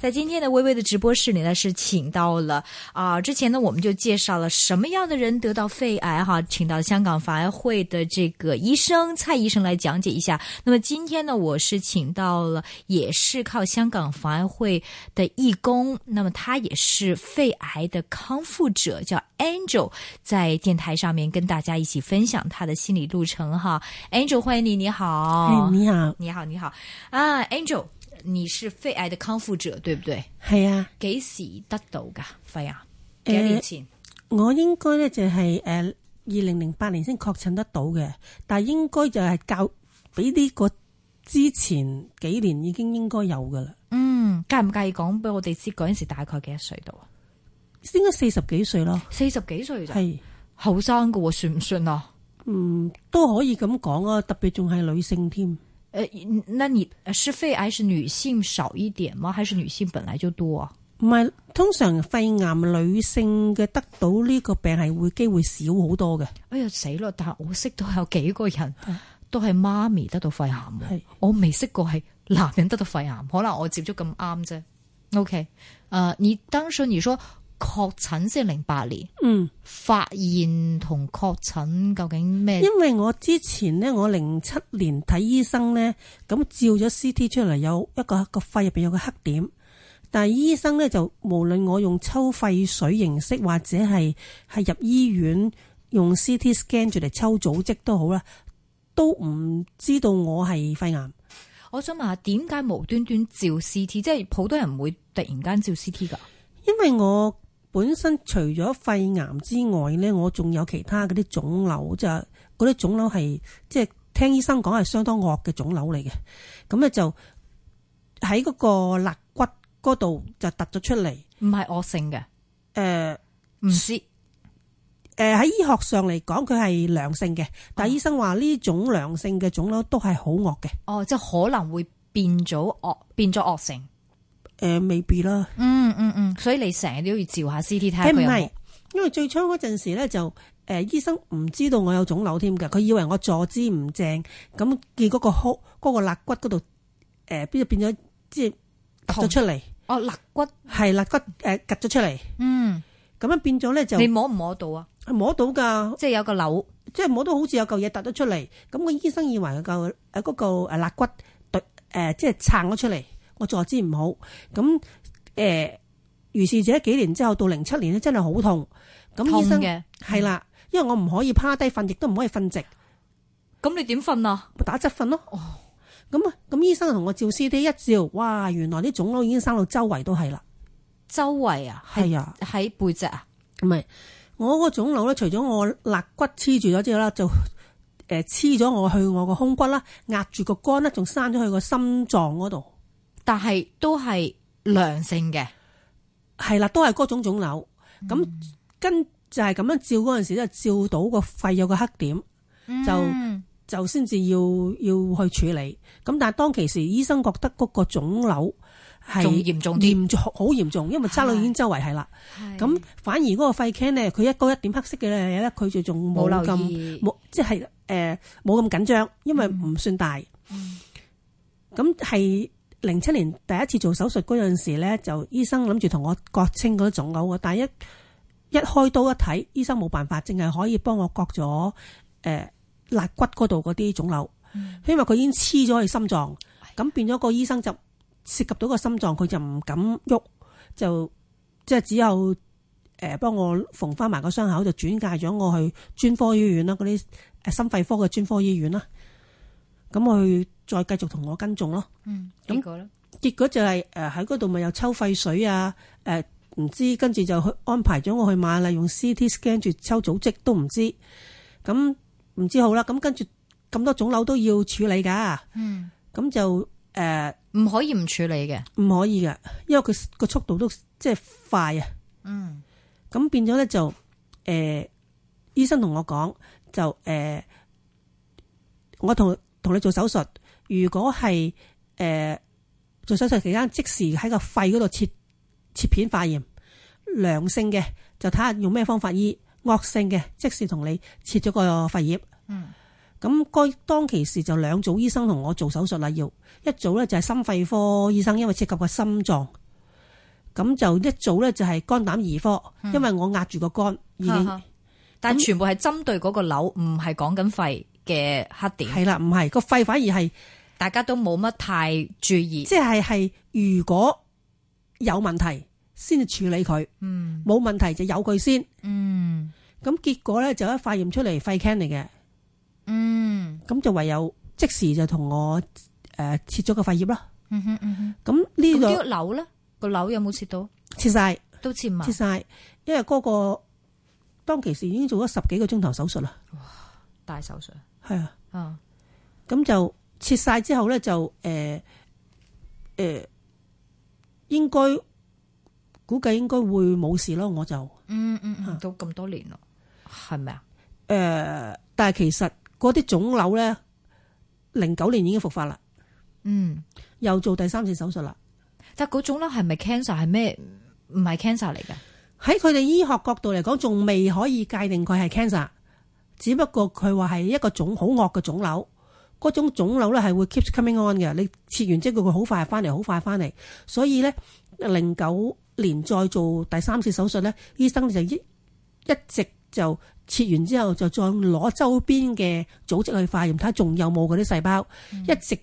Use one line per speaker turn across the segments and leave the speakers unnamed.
在今天的微微的直播室里呢，是请到了啊、之前呢我们就介绍了什么样的人得到肺癌哈，请到香港防癌会的这个医生蔡医生来讲解一下。那么今天呢，我是请到了也是靠香港防癌会的义工，那么他也是肺癌的康复者，叫 Angel，在电台上面跟大家一起分享他的心理路程哈。Angel，欢迎你，你好
哎，，你好，
你好，你好啊，Angel，你是肺癌的康复者，對唔對？
系啊，
幾時得到㗎肺癌？幾
誒
多年前？
我應該咧就係诶二零零八年先確診得到嘅，但系应该就係較比呢個之前幾年已經應該有噶啦，
嗯，介唔介意講俾我哋知嗰阵时大概幾多歲到啊？
應該四十幾歲咯，
四十幾歲咋？
係
後生㗎喎，算唔算啊？
嗯都可以咁講啊，特別仲係女性添，
呃，那你是肺癌是女性少一點嗎？還是女性本來就多啊？
唔係通常肺癌女性嘅得到呢個病係會機會少好多嘅，
哎呀死咯！但係我識到有幾個人都係媽咪得到肺癌喎，
係
我未識過係男人得到肺癌，可能我接觸咁啱啫。OK，誒、你當時你說確診先零八年，
嗯，
發現同確診究竟咩？
因為我之前呢，我零七年睇醫生呢，咁照咗 CT 出嚟有一個個肺入邊有個黑點，但係醫生呢，就無論我用抽肺水形式或者係係入醫院用 CT scan 住嚟抽組織都好啦，都唔知道我係肺癌。
我想問下點解無端端照 CT？即係好多人唔會突然間照 CT 㗎。
因為我本身除咗肺癌之外呢，我仲有其他嗰啲腫瘤，就係嗰啲腫瘤係即係聽醫生講係相當惡嘅腫瘤嚟嘅。咁咧就喺嗰個肋骨嗰度就突咗出嚟。誒、
唔係惡性嘅，唔知。
誒喺醫學上嚟講，佢係良性嘅，但係醫生話呢種良性嘅腫瘤都係好惡嘅。
哦，即係可能會變咗惡，變咗惡性。
誒、未必啦。
嗯嗯嗯，所以你成日都要照下 CT 睇下
誒唔
佢有冇
係，因為最初嗰陣時咧就誒、呃、醫生唔知道我有腫瘤添㗎，佢以為我坐姿唔正，咁結果個胸嗰、個肋骨嗰度誒邊度變咗即係凸
痛
咗出嚟，
哦肋骨。
係肋骨誒趌咗出嚟，
嗯，
咁樣變咗咧就
你摸唔摸到啊？
摸到㗎，
即係有個瘤。
即係摸到好似有嚿嘢凸咗出嚟，咁、個醫生以為有嚿誒嗰嚿誒肋骨對誒即係撐咗出嚟，我坐姿唔好，咁誒、呃如是者幾年之後到零七年咧真係好痛，咁醫
痛
生。
嘅，
系啦，因為我唔可以趴低瞓，亦都唔可以瞓直，
咁你點瞓啊？
咪打側瞓咯。咁啊，咁醫生同我照 C D 一照，哇，原來啲腫瘤已經生到周圍都係啦。
周圍啊，係
係啊，
喺背脊啊，
唔係我個腫瘤咧，除咗我肋骨黐住咗之後啦，就诶黐咗我去我個胸骨啦，壓住個肝啦，仲生咗去個心臟嗰度。
但係都係良性嘅。
係啦，都係嗰種腫瘤。咁跟就係咁樣照嗰陣時，就照到個肺有個黑點。就
嗯
就先至要要去處理。咁但係當其時，醫生覺得嗰個腫瘤係
仲嚴重啲
嚴重好嚴重，因為渣瘤已經周圍係啦。咁反而嗰個肺 can 咧，佢一高一點黑色嘅咧，佢就仲
冇
冇
留
咁
意。
冇即係誒冇咁緊張，因為唔算大。咁係零七年第一次做手術嗰陣時咧，就醫生諗住同我割清嗰啲腫瘤喎，但係一一開刀一睇，醫生冇辦法，淨係可以幫我割咗誒肋骨嗰度嗰啲腫瘤，因為佢已經黐咗去心臟，咁變咗個醫生就涉及到個心臟，佢就唔敢喐，就即係只有。誒幫我縫翻埋個傷口，就轉介咗我去專科醫院啦，嗰啲誒心肺科嘅專科醫院啦。咁我去再繼續同我跟蹤咯。
嗯，
咁
結果咧，
結果就係誒喺嗰度咪有抽肺水啊，誒、唔知跟住就去安排咗我去馬麗用 CT scan 住抽組織都唔知，咁唔知好啦。咁跟住咁多腫瘤都要處理㗎，
嗯，
咁就誒唔、
唔可以唔處理嘅。
可以㗎，因為佢個速度都即係快啊。
嗯，
咁變咗咧就誒、呃，醫生同我講就誒、呃我同同你做手術，如果係誒、呃做手術期間即時喺個肺嗰度切切片化驗，良性嘅就睇下用咩方法醫，惡性嘅即時同你切咗個肺葉。
嗯。
咁該當其時就兩組醫生同我做手術啦，要一組咧就係心肺科醫生，因為涉及個心臟；咁就一早咧就係肝膽兒科，因為我壓住個肝已經
哈哈但全部係針對嗰個瘤，唔係講緊肺嘅黑點，
係啦，唔係個肺反而係
大家都冇乜太注意。
即係係如果有問題先至處理佢，
嗯
冇問題就有佢先。
嗯
咁結果咧就一化驗出嚟肺 can 嚟嘅，
嗯
咁就唯有即時就同我誒、呃切咗個肺葉啦。
嗯哼嗯哼，
咁呢
咁呢個
度
瘤咧，個瘤有冇切到？
切晒，
都切埋
切。晒，因為嗰、個當其時已經做咗十幾個鐘頭手術啦，
大手術
係啊。
啊，
咁就切晒之後咧，就誒誒，應該估計應該會冇事咯。我就誒、
嗯嗯嗯，都咁多年咯，係咪啊？
呃但係其實嗰啲腫瘤咧，零九年已經復發啦，
嗯，
又做第三次手術啦。
但嗰種瘤係咪 cancer 係咩？唔係 cancer 嚟嘅。
喺佢哋醫學角度嚟講，仲未可以界定佢係 cancer，只不過佢話係一個腫好惡嘅腫瘤。嗰種腫瘤咧係會 keep coming on 嘅，你切完之後佢會好快翻嚟，好快翻嚟。所以咧，零九年再做第三次手術咧，醫生就一一直就切完之後就再攞周邊嘅組織去化驗，睇下仲有冇嗰啲細胞，
嗯
一直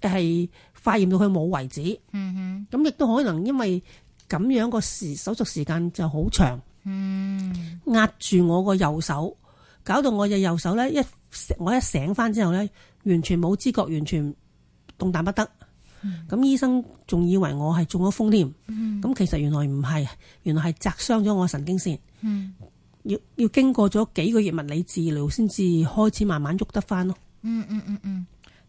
係化驗到佢冇為止。
嗯哼。
咁亦都可能因為咁樣個時手術時間就好長，嗯，壓住我個右手，搞到我隻右手咧一我一醒翻之後咧，完全冇知覺，完全動彈不得。咁、醫生仲以為我係中咗風添，咁、其實原來唔係，原來係砸傷咗我神經線。要要經過咗幾個月物理治療先至開始慢慢喐得翻咯。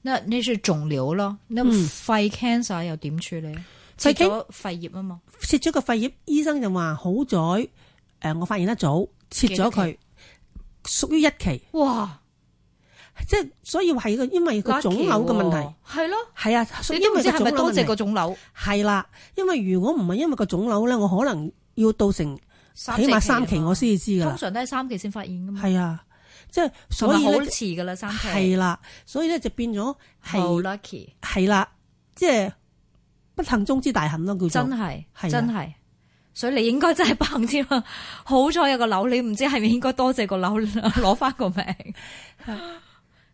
那呢是腫瘤咯，那肺 cancer 又點處理？切
嗯肺 can-
咗肺葉啊嘛，
切咗個肺葉，醫生就話好在誒、呃我發現得早，切咗佢，屬於一期，
哇，
即係所以係個因為個腫瘤嘅問題，
係咯，
係啊，
你
因
都唔
為
知
個
係咪
腫瘤
多謝個
問題
腫瘤，
係啦，因為如果唔係因為個腫瘤咧，我可能要到成起碼三期
啊嘛
我先至知噶
通
啦，
常都係三期先發現噶嘛，
係啊，即係
同
所
埋
以
好
咧
遲噶啦，三期
係啊啦，所以咧就變咗
好
係
lucky，
係啦，即係不幸中之大幸咯，叫
真
做
係
係啊
真係。所以你應該真係棒啲啦，好彩有個瘤，你唔知係咪應該多謝個瘤攞翻個命？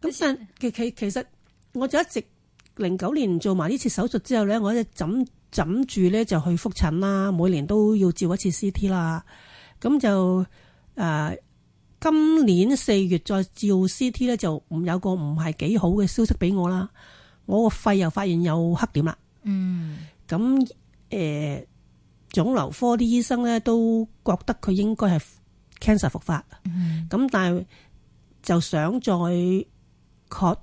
咁但其其其實我就一直零九年做埋呢次手術之後咧，我一直枕枕住咧就去復診啦，每年都要照一次 CT 啦。咁就誒、呃今年四月再照 CT 咧，就唔有個唔係幾好嘅消息俾我啦。我個肺又發現有黑點啦。
嗯
咁誒、呃、腫瘤科啲醫生咧都覺得佢應該係 cancer 復發，
嗯
咁但係就想再確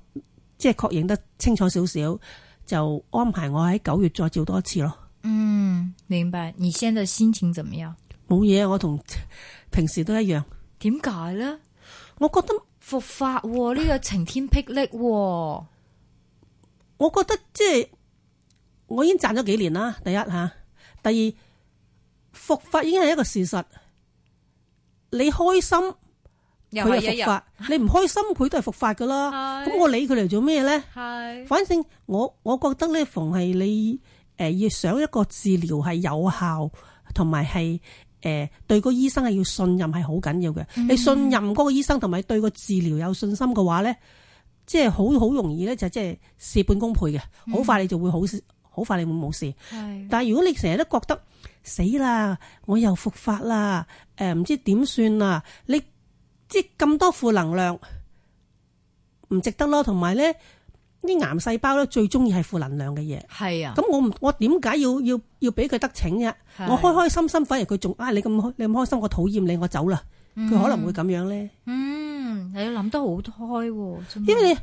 即係確認得清楚少少，就安排我喺九月再照多一次咯。
嗯，明白。你現在心情怎麼樣？
冇嘢，我同 平時都一樣。
點解咧？
我覺得
復發喎呢、個晴天霹靂喎，
我覺得即係我已經賺咗幾年啦。第一吓，第二復發已經係一個事實。你開心
又
佢
係一
又復
日，
發，你唔開心佢都係復發噶啦。
係
咁我理佢嚟做咩咧？
係
反正我我覺得咧，逢係你誒要想一個治療係有效，同埋係誒對個醫生係要信任係好緊要嘅。
嗯
你信任嗰個醫生，同埋對個治療有信心嘅話咧，即係好好容易咧就即係事半功倍嘅，好快你就會好好快你會冇事。
係
但係如果你成日都覺得死啦，我又復發啦，誒、唔知點算啦，你即係咁多負能量，唔值得咯。同埋咧，啲癌細胞咧最中意係負能量嘅嘢。
係啊，
咁我唔我點解要要要俾佢得逞啫？
係
我開開心心，反而佢仲啊你咁開你咁開心，我討厭你，我走啦。佢可能會咁樣咧，
嗯，你諗得好胎喎、真係
因為你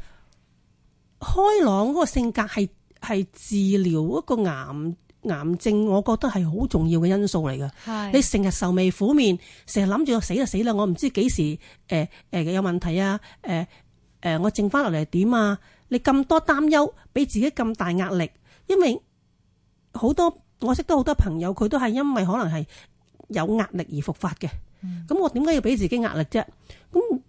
開朗嗰個性格係係治療一個癌癌症，我覺得係好重要嘅因素嚟㗎。
係
你成日愁眉苦面，成日諗住我死啦死啦，我唔知幾時誒誒、呃呃有問題啊，誒、呃、誒、呃我剩翻落嚟點啊？你咁多擔憂，俾自己咁大壓力，因為好多我識得好多朋友，佢都係因為可能係有壓力而復發嘅。咁、我點解要俾自己壓力啫？咁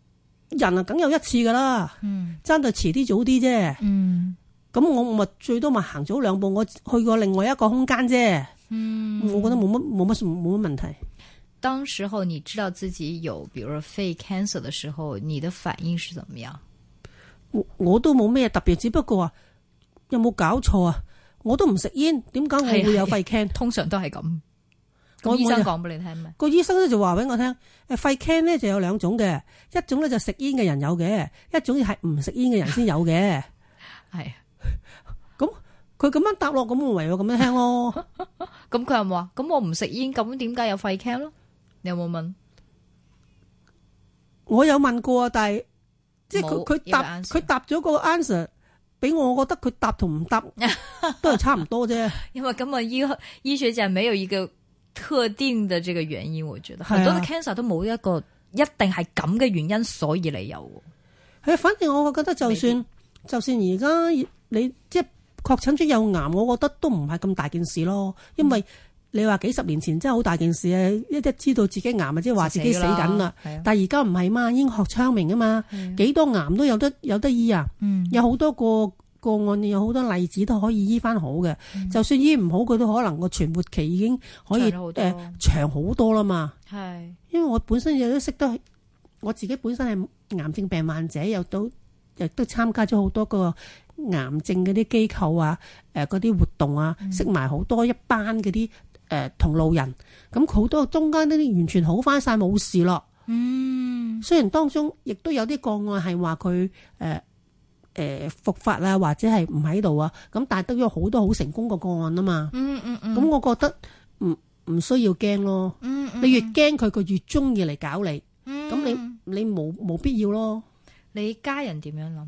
人啊，梗有一次噶啦，
嗯
爭在遲啲早啲啫。
嗯
咁我咪最多咪行早兩步，我去過另外一個空間啫。
嗯，
我覺得冇乜冇乜冇乜問題。
当时候你知道自己有，比如说肺 cancer 的时候，你的反应是怎么样？
我我都冇咩特別，只不過話有冇搞錯啊？我都唔食煙，點解我會有肺 can？
通常都系咁。咁
我
醫
我
生
就
講俾你聽咩？
個醫生咧就話俾我聽，誒肺 can 咧就有兩種嘅，一種咧就食煙嘅人有嘅，一種係唔食煙嘅人先有嘅。
係啊，
佢咁樣答落，咁我唯有咁樣聽 咯。
咁佢又冇話，咁我唔食煙，咁點解有肺 can 咯？你有冇問？
我有問過啊，但係即係
冇
佢佢答
一個 answer
佢答咗個 answer 俾我，我覺得佢答同唔答都係差唔多 啫。
因為根本醫醫學界沒有一個特定的這個原因，我覺得
係啊
很多嘅 cancer 都冇一個一定係咁嘅原因，所以你有喎。
係，反正我覺得就算就算而家你即係確診咗有癌，我覺得都唔係咁大件事咯，因
嗯
為你話幾十年前真係好大件事啊！一一知道自己癌啊，即係話自己死緊啦。
係啊，
但係而家唔係嘛，醫學昌明啊嘛，幾多癌都有得有得醫啊！
嗯，
有好多個個案，有好多例子都可以醫翻好嘅。就算醫唔好，佢都可能個存活期已經可以
嗯長咗好
誒、
多
呃長好多啦嘛。
係
因為我本身亦都識得，我自己本身係癌症病患者，又都亦都參加咗好多個癌症嗰啲機構啊，誒嗰啲活動啊，
嗯
識埋好多一班嗰啲誒同路人，咁好多中間呢啲完全好翻晒冇事咯。嗯，雖然當中亦都有啲個案係話佢呃誒誒復發啊，或者係唔喺度啊，咁但係都有好多好成功個個案啊嘛。
嗯嗯嗯
咁、我覺得唔唔需要驚咯。
嗯嗯
你越驚佢，佢越中意嚟搞你，
嗯
咁你你冇冇必要咯。
你家人點樣諗？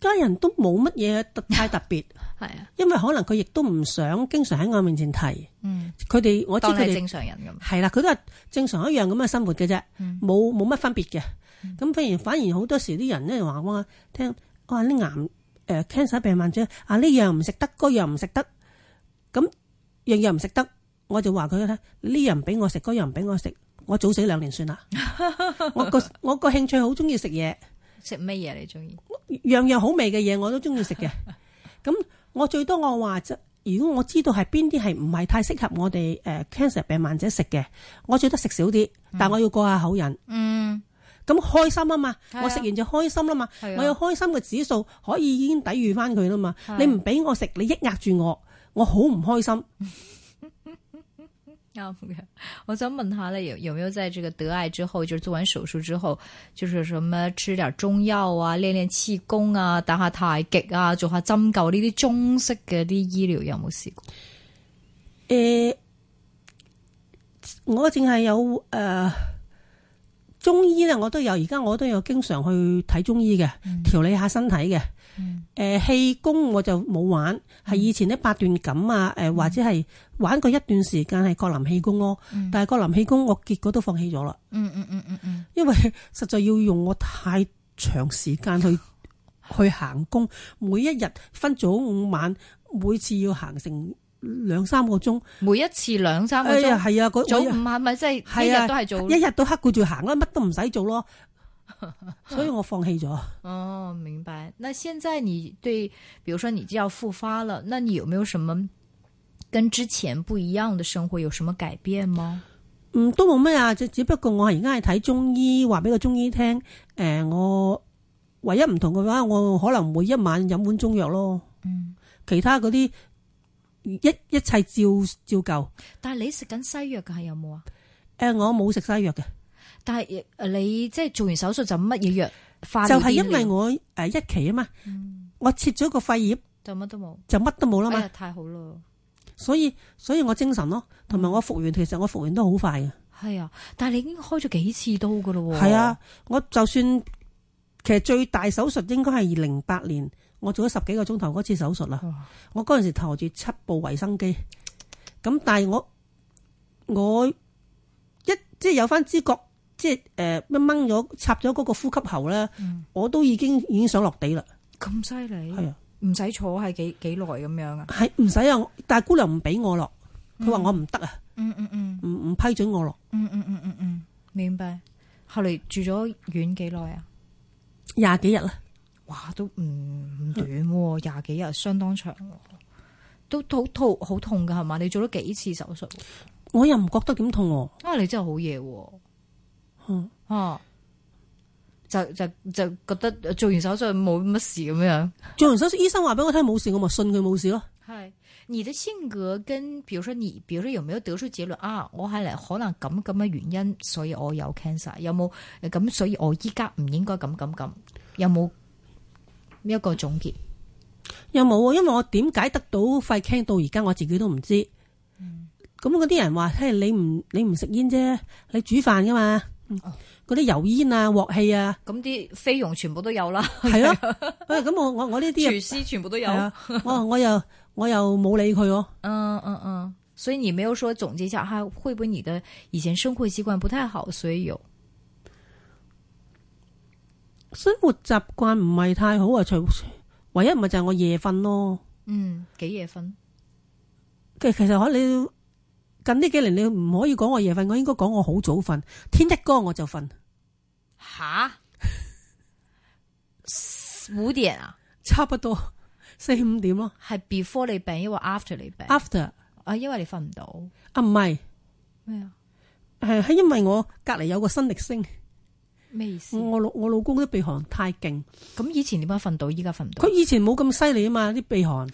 家人都冇乜嘢 特太特別，
係啊，
因為可能佢亦都唔想經常喺我面前提，
嗯，
佢哋我知
當你
佢
係
哋
正常人咁。
係啦，佢都係正常一樣咁嘅生活嘅啫，
嗯
冇冇乜分別嘅。咁反而反而好多時啲人咧話我聽，我話啲癌诶 cancer 病患者啊呢樣唔食得，嗰樣唔食得，咁樣樣唔食得，我就話佢咧呢樣唔俾我食，嗰樣唔俾我食，我早死兩年算啦。我個我個興趣好中意食嘢。
食乜嘢你中意？
樣樣好味嘅嘢我都中意食 嘅。咁我最多我話啫，如果我知道係邊啲係唔係太適合我哋誒 cancer 病患者食嘅，我最多食少啲，但我要過下口癮。
嗯，
咁開心啊嘛，
係啊
我食完就開心啦嘛，
係啊
我有開心嘅指數可以已經抵禦翻佢啦嘛
係。
你唔俾我食，你抑壓住我，我好唔開心。
啱嘅。啊我想問下咧，有有沒有在這個得癌之後，就是做完手術之後，就是什麼吃點中藥啊，練練氣功啊，打下太極啊，做下針灸呢啲中式嘅啲醫療有冇試過？
誒、呃我淨係有誒、中醫咧，我都有，而家我都有經常去睇中醫嘅，
嗯
調理下身體嘅。誒、呃氣功我就冇玩，
嗯
係以前咧八段錦啊，誒、或者係玩過一段時間係國林氣功咯，但係國林氣功我結果都放棄咗啦，
嗯嗯嗯嗯嗯，
因為實在要用我太長時 間去去行工，每一日分早午晚，每次要行成兩三個鐘。
每一次兩三個
哎呀，
鐘，
係啊，嗰
早
我
午晚咪即係一
係啊
日都係做。
一日到黑顧住行啦，啊乜都唔使 做咯，所以我放棄咗。
哦，明白。那現在你對，比如說你就要復發了，那你有沒有什麼跟之前不一樣的生活有什麼改變嗎？
嗯，都冇咩啊，只只不過我而家係睇中醫，話俾個中醫聽。誒、我唯一唔同嘅話，我可能每一晚飲碗中藥咯。
嗯
其他嗰啲一一切照照舊。誒、
但係你食緊西藥嘅係有冇啊？
我冇食西藥嘅，
但係呃你即係做完手術就乜嘢藥化療嗯
就係因
電
為
療
我誒、一期啊嘛，我切咗個肺葉
就乜都冇，
就乜都冇啦
哎
嘛，
呀太好啦！
所以所以我精神咯，同埋我復原，其實我復原都好快嘅。
係啊，但係你已經開咗幾次刀噶咯喎。
系啊，，我就算其實最大手術應該係二零八年，我做咗十幾個鐘頭嗰次手術啦
哇。
我嗰阵时抬住七部維生機，咁但係我我一即係有翻知覺，即係诶乜掹咗插咗嗰個呼吸喉咧，
嗯
我都已經已經想落地啦。
咁犀利，
係啊，
唔使坐係幾幾耐咁樣啊？
係唔使啊，但係姑娘唔俾我落，佢話我唔得啊，
嗯嗯嗯
唔唔批准我落。
嗯嗯嗯嗯嗯，明白。後嚟住咗院幾耐啊？
廿幾日啦，
哇，都唔唔短喎，廿幾日相當長喎。都好痛好痛㗎係嘛？你做咗幾次手術？
我又唔覺得點痛喎、
啊，你真係好嘢喎！
嗯
哦，就就就覺得做完手術冇乜事咁樣。
做完手術，醫生話俾我聽冇事，我咪信佢冇事咯。
係你的性格跟，比如說你，比如說有沒有得出結論啊？我係嚟可能咁咁嘅原因，所以我有 cancer，有冇咁？所以我依家唔應該咁咁咁，有冇一個總結？
又冇啊，因為我點解得到肺 can 到而家我自己都唔知。咁嗰啲人話：，嘿，你唔你唔食煙啫，你煮飯噶嘛？
哦
嗰啲油煙啊、鑊氣啊，
咁啲菲傭全部都有 啦，
係咯。喂，咁我我我呢 啲
廚師全部都有
係。啊，我我又我又冇理佢喎。
嗯嗯嗯，所以你沒有說總結一下，還會不會你的以前生活習慣不太好，所以有
生活習慣唔係太好啊，除唯一咪就係我夜瞓咯。
嗯幾夜瞓？
其其實可你近呢幾年你唔可以講我夜瞓，我應該講我好早瞓。天一光我就瞓，
吓？五點啊？
差不多四五點咯。
係 before 你病，抑或 after 你病？
After
啊，因為你瞓唔到
啊，唔係。
咩啊？
係呃係因為我隔離有個新力星，
咩意思？
我老我老公啲鼻鼾太勁，
咁以前點解瞓到，依家瞓唔到
佢？以前冇咁犀利啊嘛啲鼻鼾，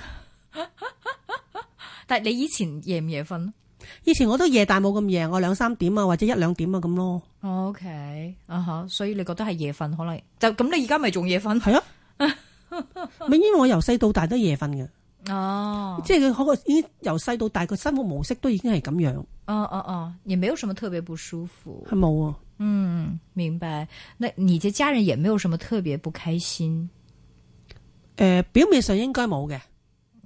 但係你以前夜唔夜瞓
以前我都夜但冇咁夜，我兩三點啊或者一兩點啊咁咯，
？O K 啊哈，所以你覺得係夜瞓可能就咁？你而家咪仲夜瞓？
係啊，咪因為我由細到大都夜瞓嘅，
哦，
即係佢嗰個已經由細到大個生活模式都已經係咁樣，
哦哦哦，也沒有什麼特別不舒服。
係冇啊，
嗯，明白。那你的家人也沒有什麼特別不開心，
誒、呃表面上應該冇嘅，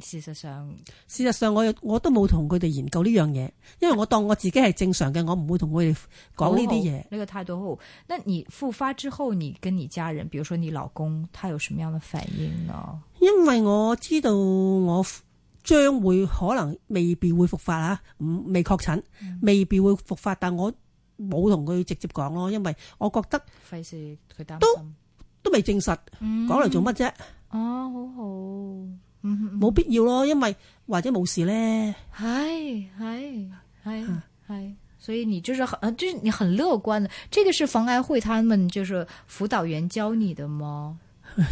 事實上，
事實上我我都冇同佢哋研究呢樣嘢，因為我當我自己係正常嘅，我唔會同佢哋講呢啲嘢
好好。那個態度好。那你復發之後，你跟你家人，比如說你老公，他有什麼樣的反應呢？
因為我知道我將會可能未必會復發啊，唔未確診，未必會復發，但我冇同佢直接講咯，因為我覺得
費事佢擔
都
心。
都未證實，
嗯
講嚟做乜啫？
啊，好好，嗯，
冇必要咯，因為或者冇事咧，
係係係係，所以你就是很，呃就是你很樂觀的。這個是防癌會他們就是輔導員教你的嗎？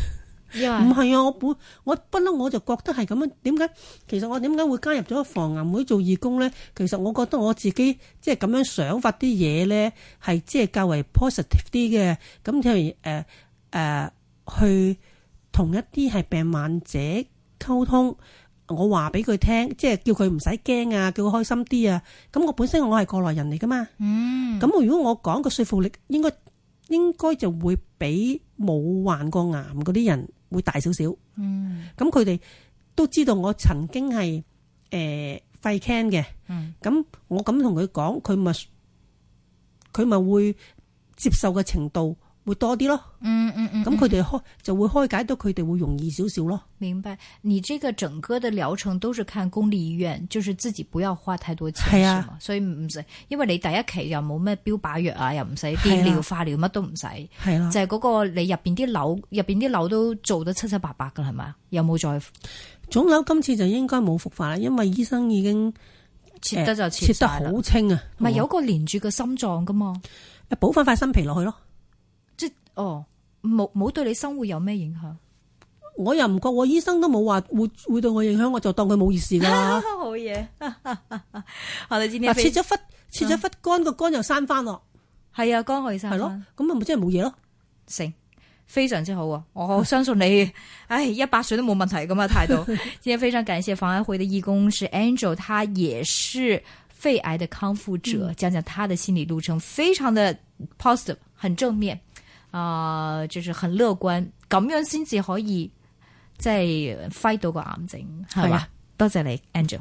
呀
唔係啊！我本我不嬲我就覺得係咁樣，點解？其實我點解會加入咗防癌會做義工咧？其實我覺得我自己即係咁樣想法啲嘢咧，係即係較為 positive 啲嘅。咁譬如誒誒，呃去同一啲係病患者溝通，我話俾佢聽，即係叫佢唔使驚啊，叫佢開心啲啊。咁我本身我係過來人嚟噶嘛，
嗯，
咁如果我講個說服力，應該應該就會比冇患過癌嗰啲人會大少少。
嗯
咁佢哋都知道我曾經係誒肺 can 嘅，
嗯
咁我咁同佢講，佢咪佢咪會接受嘅程度會多啲咯。
嗯嗯嗯
咁佢哋開就會開解到佢哋會容易少少咯。
明白，你這個整個的療程都是看公立醫院，就是自己不要花太多錢，
係啊
是嗎所以唔使，因為你第一期又冇咩標靶藥啊，又唔使
係
啲
啊
療化療乜都唔使，
係啦
就，係嗰個你入邊啲瘤，入邊啲瘤都做得七七八八噶啦，係咪？有冇再
腫瘤今次就應該冇復發啦，因為醫生已經呃
切得就切
切得
晒啦
好清啊，
唔係有個連住個心臟噶嘛？
補翻塊新皮落去咯。
即哦，冇冇對你生活有咩影響？
我又唔覺喎，醫生都冇話會會對我影響，我就當佢冇意思㗎啦。
好嘢， 好啦，今
嗱，啊切咗忽切咗忽肝，個肝又生翻咯，
係啊，剛可以生
係咯，咁咪真係冇嘢咯。
成，非常之好啊！我相信你，唉，一百歲都冇問題咁啊態度。今天非常感謝防癌會的義工是 Angel，他也是肺癌的康復者，讲讲他的心理路程，非常的 positive，很正面，啊、就是很樂觀，咁樣先至可以即係 fight 到個癌症，係
係
嘛
啊？
多謝你，Angel。